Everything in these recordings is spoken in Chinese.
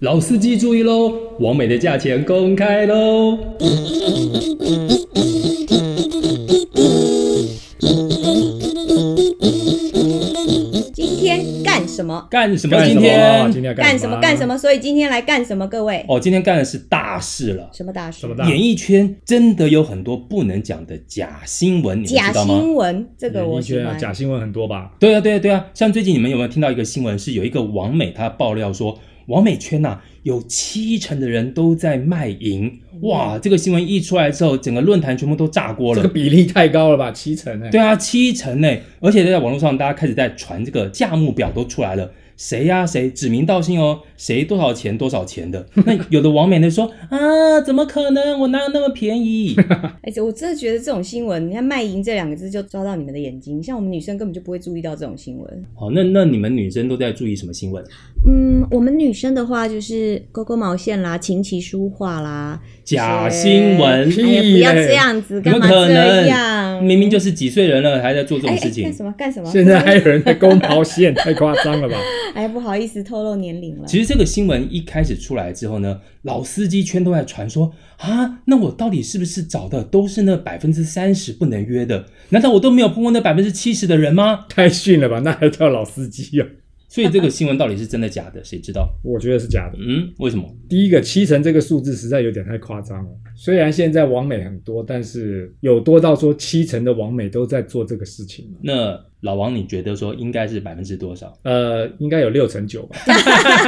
老司机注意喽，王美的价钱公开喽！今天干什么？干什干么？什今么啊天今天要干干什么？啊干什？么？所以今天来干什么？各位，哦，今天干的是大事了。什么大事？什么大事演艺圈真的有很多不能讲的假新闻，你们假知道吗？新闻，这个演我艺喜圈啊欢。假新闻很多吧？对啊，对啊，对啊。像最近你们有没有听到一个新闻，是有一个王美她爆料说，王美圈呐、有七成的人都在卖淫。嗯哇，这个新闻一出来之后，整个论坛全部都炸锅这了。个比例太高了吧？七成哎、对啊，七成呢，而且在网络上大家开始在传这个价目表都出来了。谁呀、谁指名道姓哦，谁多少钱多少钱 的？那有的网美呢说啊，怎么可能？我哪有那么便宜？ 而且我真的觉哎得这种新闻，你看“卖淫”这两个字就抓到你们的眼睛，像我们女生根本就不会注意到这种新闻。哦，那那你们女生都在注意什么新闻？嗯，我们女生的话就是勾勾毛线啦、琴棋书画啦，假新闻，哎哎呀，不屁要嘞这样子，怎干么嘛可这样？能？明明就是几岁人了，还在做这哎种哎事情干。什么干什么？现在还有人在勾毛线，太夸张了吧？哎，不好意思，透露年龄了。其实这个新闻一开始出来之后呢，老司机圈都在传说啊，那我到底是不是找的都是那百分之三十不能约的？难道我都没有碰过那百分之七十的人吗？太逊了吧？那还叫老司机哦？所以这个新闻到底是真的假的， 谁知道？我觉得是假的。嗯，为什么？第一个七成这个数字实在有点太夸张了。虽然现在网美很多，但是有多到说七成的网美都在做这个事情吗那老王，你觉得说应该是百分之多少？呃，应该有六成九 吧。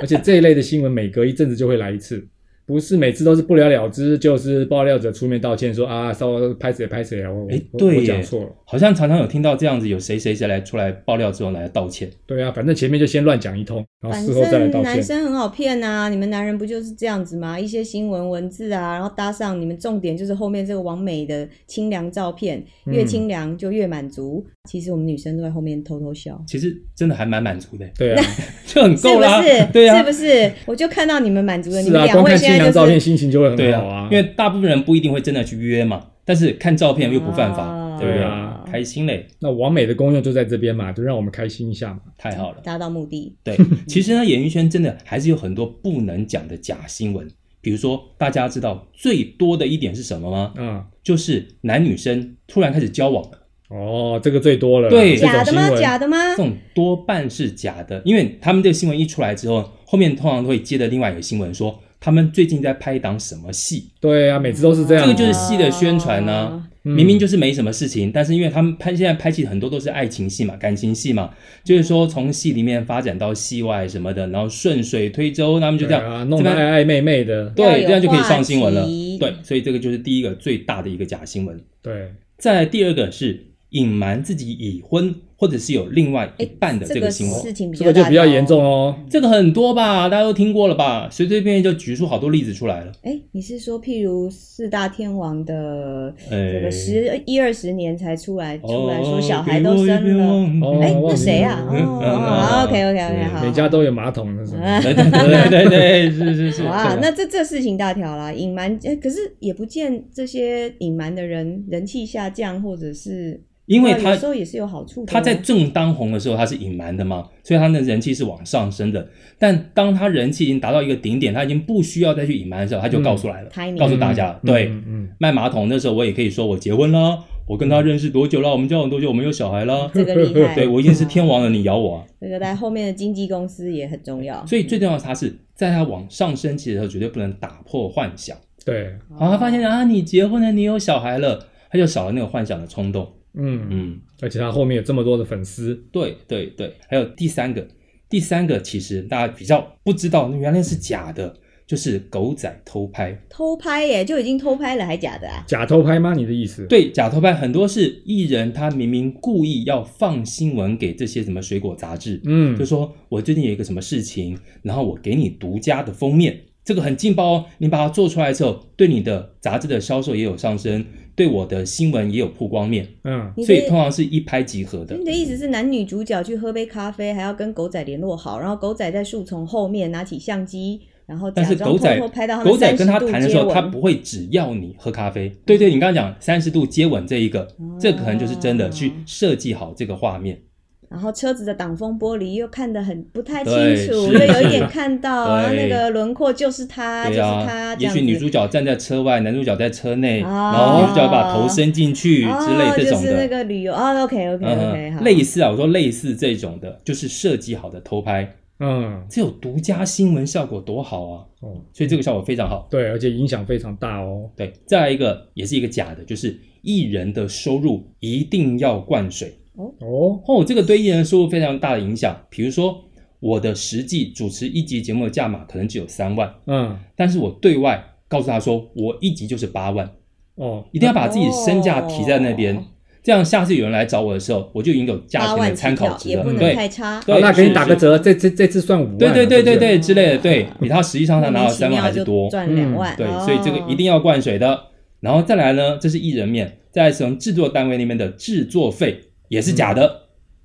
而且这一类的新闻每隔一阵子就会来一次，不是每次都是不了了之，就是爆料者出面道歉说啊，稍微拍谁拍谁啊，我我哎我对我耶讲错了。好像常常有听到这样子，有谁谁谁来出来爆料之后来道歉。对啊，反正前面就先乱讲一通，然后反事后再来道正男歉。生很好骗啊，你们男人不就是这样子吗？一些新闻文字啊，然后搭上你们重点就是后面这个完美的清凉照片，嗯越清凉就越满足。其实我们女生都在后面偷偷笑，其实真的还蛮满足的，对 啊，就很是够不啦。 是？对啊，是不是？我就看到你们满足了，你是们啊，两光位看清现在凉照就片，是心情就会对很好啊。因为大部分人不一定会真的去约嘛，但是看照片又不犯法，啊对不对？对啊开心嘞，那完美的功用就在这边嘛，就让我们开心一下嘛。太好了。嗯达到目的。对，其实呢，演艺圈真的还是有很多不能讲的假新闻，比如说大家知道最多的一点是什么吗？啊、就是男女生突然开始交往了，哦，这个最多了啦。对这种假的吗新？闻假的吗？这种多半是假的，因为他们这个新闻一出来之后，后面通常都会接着另外一个新闻说。他们最近在拍一档什么戏？对啊，每次都是这样。这个就是戏的宣传哦呢、嗯明明就是没什么事情，但是因为他们拍现在拍戏很多都是爱情戏嘛、感情戏嘛，就是说从戏里面发展到戏外什么的，然后顺水推舟，他们就这样、对啊，弄这得边爱爱昧昧的。对，要有这样就可以上新闻了话题。对，所以这个就是第一个最大的一个假新闻。对，再来第二个是隐瞒自己已婚或者是有另外一哎半的这这个个新闻，事情比这较个就大比较条严重。哦。这个很多吧，大家都听过了吧？随随便便就举出好多例子出来了。哎，你是说譬如四大天王的这哎个十一二十年才出来出来说哦小孩都生了？哦哎，忘那记谁了啊？嗯哦，OK OK 对 OK，好。每家都有马桶那什么。 嗯对对对对对，是是是。哇对，啊那这这事情大条啦，隐瞒，呃可是也不见这些隐瞒的人人气下降，或者是因为不知道他有时候也是有好处的哦。他嗯在正当红的时候，他是隐瞒的嘛，所以他的人气是往上升的。但当他人气已经达到一个顶点，他已经不需要再去隐瞒的时候，他就告诉来了， timing 告诉大家了。嗯对，嗯嗯，卖马桶那时候，我也可以说我结婚啦，我跟他认识多久啦，我们交往多久，我们有小孩啦。这个厉害， 对我已经是天啊，王了，你咬我、啊。这个在后面的经纪公司也很重要。所以最重要的是，他是在他往上升期的时候，绝对不能打破幻想。对，好，他发现啊，你结婚了，你有小孩了，他就少了那个幻想的冲动。嗯，嗯，而且他后面有这么多的粉丝，对对对，还有第三个，第三个其实大家比较不知道，原来是假的，就是狗仔偷拍。偷拍耶，就已经偷拍了，还假的啊？假偷拍吗？你的意思？对，假偷拍很多是艺人，他明明故意要放新闻给这些什么水果杂志，嗯就，说我最近有一个什么事情，然后我给你独家的封面，这个很劲爆哦。你把它做出来之后，对你的杂志的销售也有上升，对我的新闻也有曝光面，嗯，你所的以通常是一拍即合的你。的意思是男女主角去喝杯咖啡，还要跟狗仔联络好，然后狗仔在树丛后面拿起相机，然后假但是装狗偷仔偷拍到他们狗仔跟他30度谈的时接候，吻他不会只要你喝咖啡。对对，你哦刚刚讲三十度接吻这一个，这可能就是真的去设计好这个画面。然后车子的挡风玻璃又看得很不太清对楚，是又有一点看到，对然后那个轮廓就是他，就对是啊他，这也样许女子。主角站在车外，男主角在车内，哦然后女主角把头伸进去之类哦，这就种是那的。个旅游哦，OK OK 嗯 OK，好，类似啊，我说类似这种的，就是设计好的偷拍，嗯，这有独家新闻效果多好啊！哦，所以这个效果非常好。对，而且影响非常大哦。对，再来一个也是一个假的，就是艺人的收入一定要灌水哦，哦，这个对艺人收入非常大的影响。比如说，我的实际主持一集节目的价码可能只有三万，嗯，但是我对外告诉他说，我一集就是八万，哦，一定要把自己身价提在那边，哦这样下次有人来找我的时候，我就已经有价八钱万的参考起值跳也了不。能对太差，对好那给你打个是折，这这这次算五万，对对对对是对之类的，对啊比他实际上他拿到三万还是莫名多嗯其妙就。赚两万，对，哦所以这个一定要灌水的。然后再来呢，这是艺人面，再来从制作单位那边的制作费也是假的，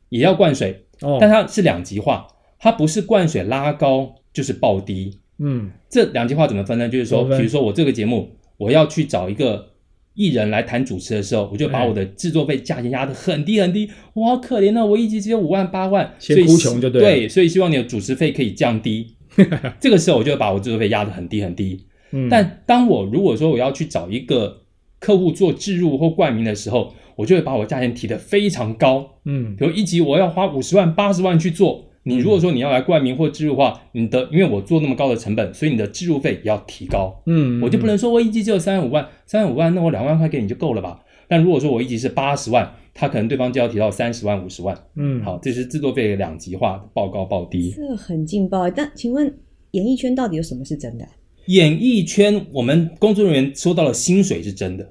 也要灌水，不是哦，但它是两极化，它不是灌水拉高就是暴低。嗯这两极化怎么分呢？就是说，怎么分比如说我这个节目，我要去找一个艺人来谈主持的时候，我就把哎我的制作费价钱压得很低很低，我好可怜哦，我一集只有五万八万，先所以哭穷就对了对，所以希望你的主持费可以降 低。这个时候我就会把我制作费压得很低很低，嗯，但当我如果说我要去找一个客户做置入或冠名的时候，我就会把我价钱提得非常高。嗯比如一集我要花五十万、八十万去做，你如果说你要来冠名或置入的话，你的因为我做那么高的成本，所以你的置入费也要提高。嗯，我就不嗯能说我一集只有三五万，三五万那我两万块给你就够了吧？但如果说我一集是八十万，他可能对方就要提到三十万、五十万。嗯好，这是制作费的两极化，报高报低。这很劲爆。但请问演艺圈到底有什么是 真的？演艺圈我们工作人员收到了薪水是真的，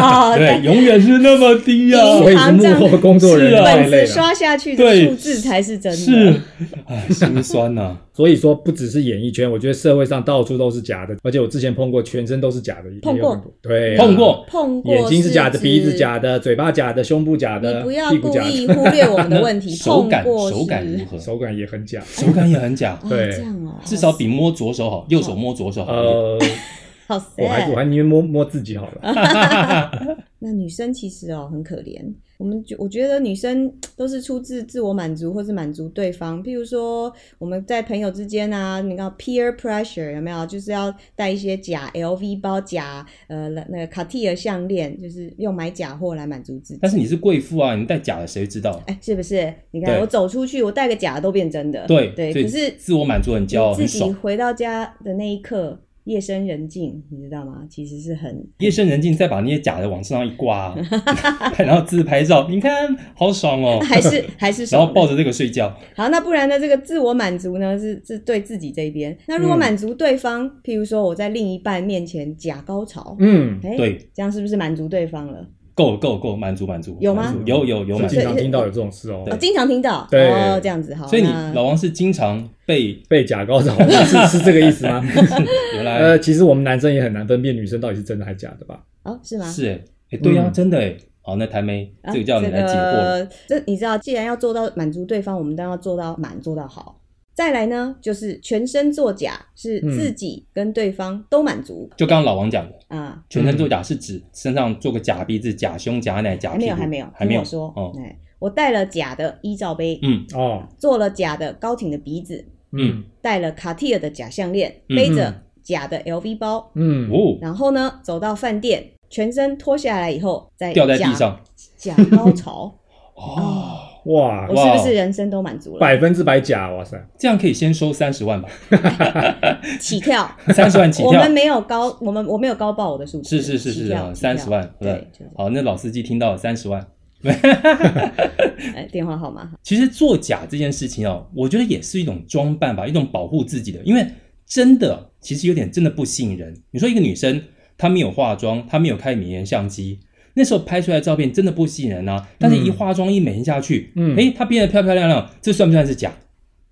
哦对，永远是那么低啊。所以是幕后工作人是员啊太本累了。子刷下去的对数字才是真的。是，哎，心酸呐、所以说，不只是演艺圈，我觉得社会上到处都是假的，而且我之前碰过全身都是假的，也碰有过很多，对啊，碰过，碰过眼睛是假的，指鼻子假的，嘴巴假的，胸部假你的，不要屁股故假意的，忽略我们的问嗯 题。手感碰过是手感如何？手感也很假。手感也很假，哦对这样哦，至少比摸左手好，右手摸左手好一点。 呃，好我还我 sad。还宁愿摸摸自己好啊了。那女生其实哦很可怜，我们就我觉得女生都是出自自我满足或是满足对方，譬如说我们在朋友之间啊，你看 peer pressure 有没有？就是要带一些假 LV 包、假呃那个卡地尔项链，就是用买假货来满足自己。 但是你是贵妇啊，你戴假的谁知道？哎，是不是？你看对我走出去，我带个假的都变真的。对对，所以可是自我满足很骄傲你自很己爽。回到家的那一刻，夜深人静，你知道吗？其实是很。夜深人静，再把那些假的往身上一挂、啊， 然后自拍照，你看好爽哦 还 是还是然后爽抱的。着这个睡觉，好，那不然呢？这个自我满足呢，是是对自己这边。那如果嗯满足对方，譬如说我在另一半面前假高潮，嗯，哎、对，这样是不是满足对方了？够了够了够了，满足满足。有吗满足有有有我满足经。常听到有这种事哦我、，经常听到，对哦，这样子好。所以你那老王是经常被被假高 潮是是这个意思吗？呃，原来其实我们男生也很难分辨女生到底是真的还是假的吧？哦是吗？是哎哎对呀，嗯真的哎。好，那台妹啊这个叫你来解惑。这你知道，既然要做到满足对方，我们当然要做到满，做到好。再来呢，就是全身作假，是嗯自己跟对方都满足、就刚刚老王讲的，啊。全身做假是指身上做个假鼻子、假胸、假奶、假还屁没股，有，还没有，啊还没有听我说，哦，哎，我带了假的衣罩杯，嗯，哦，做了假的高挺的鼻子，嗯戴了卡地尔的假项链，嗯背着假的 LV 包，嗯，哦，然后呢，走到饭店，全身脱下来以后，再掉在假地上，假高 潮，哦，哇我，是不是人生都满足了？百分之百假，哇塞！这样可以先收三十万吧，起跳，三十万起我跳们，没有高，我们我没有高报我的数字，是是是起是跳啊，起跳三十万，对对，就，好，那老司机听到了三十万。哎，电话号码，其实作假这件事情哦，我觉得也是一种装扮吧，一种保护自己的，因为真的其实有点真的不吸引人。你说一个女生她没有化妆，她没有开美颜相机，那时候拍出来的照片真的不吸引人啊。但是，嗯一化妆一美颜下去，嗯诶，她变得漂漂亮亮，这算不算是假？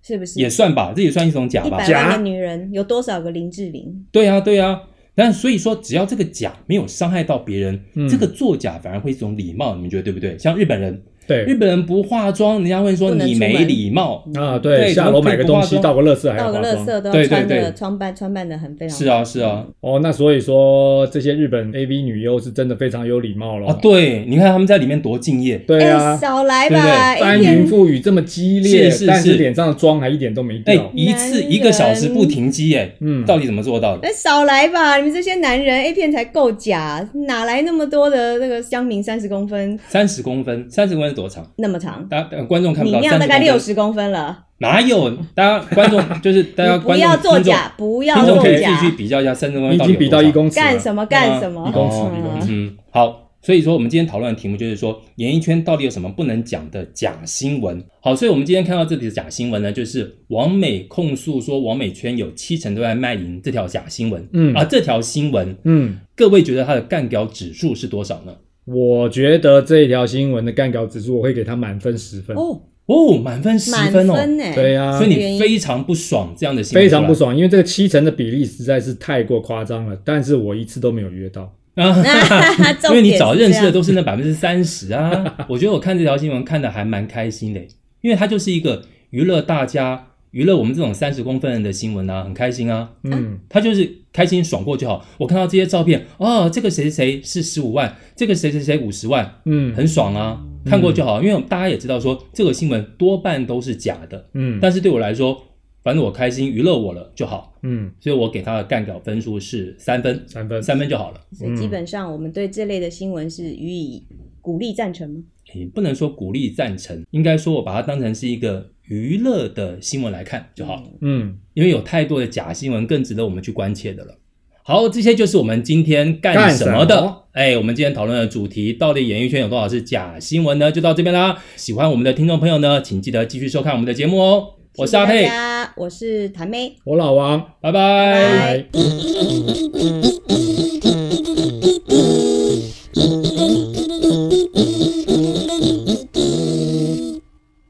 是不是？也算吧，这也算一种假一吧百。万假个女人有多少个林志玲？对呀、啊，对呀、啊。但所以说，只要这个假没有伤害到别人，嗯这个作假反而会是一种礼貌，你们觉得对不对？像日本人，日对本人不化妆，人家会说不能你出没门礼貌。啊，对对，下楼买个东西，怎么倒个垃圾还到要个化垃妆。圾都对要对穿的对穿扮穿扮的很非常是啊，是啊，哦，那所以说这些日本 AV 女优是真的非常有礼貌了。啊，对，你看他们在里面多敬业。对哎、啊，少来对不吧，对翻哎一天云覆雨这么激烈，是是但是是脸上的妆还一点都没哎、掉。一次一个小时不停机，哎，哦嗯，到底怎么做到的？哎，少来吧！你们这些男人 A 片才够假，哪来那么多的那个香民三十公分三十公分，三十公分是多长？那么长？大家、呃观众看不你到，那30样大概公六分十公分了，哪有？大家观众就是大家你不观要众作听众假，不要听众作可以自假己，去比较一下三十公你分已到底经有比到多一长。公尺干了。什么干什一么？公尺，哦一公尺。嗯，好，所以说我们今天讨论的题目就是说，演艺圈到底有什么不能讲的假新闻？好，所以我们今天看到这里的假新闻呢，就是王美控诉说王美圈有七成都在卖淫这条假新闻。嗯啊，这条新闻，嗯，各位觉得它的干屌指数是多少呢？我觉得这一条新闻的干稿指数，我会给他满分十分。哦，哦，满分十满分哦，分呢？对啊所以，原你因非常不爽这样的新闻，非常不。爽，因为这个七成的比例实在是太过夸张了。但是我一次都没有约到。啊因 因为你早认识的都是那百分之三十啊。 我觉得我看这条新闻看的还蛮开心的，因为它就是一个娱乐大家、娱乐我们这种三十公分人的新闻啊，很开心啊。嗯，他就是开心爽过就好。我看到这些照片，哦，这个谁谁谁是十五万，这个谁谁谁五十万，嗯很爽啊，看过就好。因为大家也知道说这个新闻多半都是假的，嗯但是对我来说，反正我开心娱乐我了就好，嗯，所以我给他的干稿分数是三分，三分三分就好了。所以基本上我们对这类的新闻是予以鼓励赞成吗？也不能说鼓励赞成，应该说我把它当成是一个娱乐的新闻来看就好，嗯，因为有太多的假新闻更值得我们去关切的了。好，这些就是我们今天干干什什么的么。哎，我们今天讨论的主题到底演艺圈有多少是假新闻呢？就到这边啦。喜欢我们的听众朋友呢，请记得继续收看我们的节目哦。我是阿谢谢佩大，家，我是谭妹，我老王，拜拜拜拜。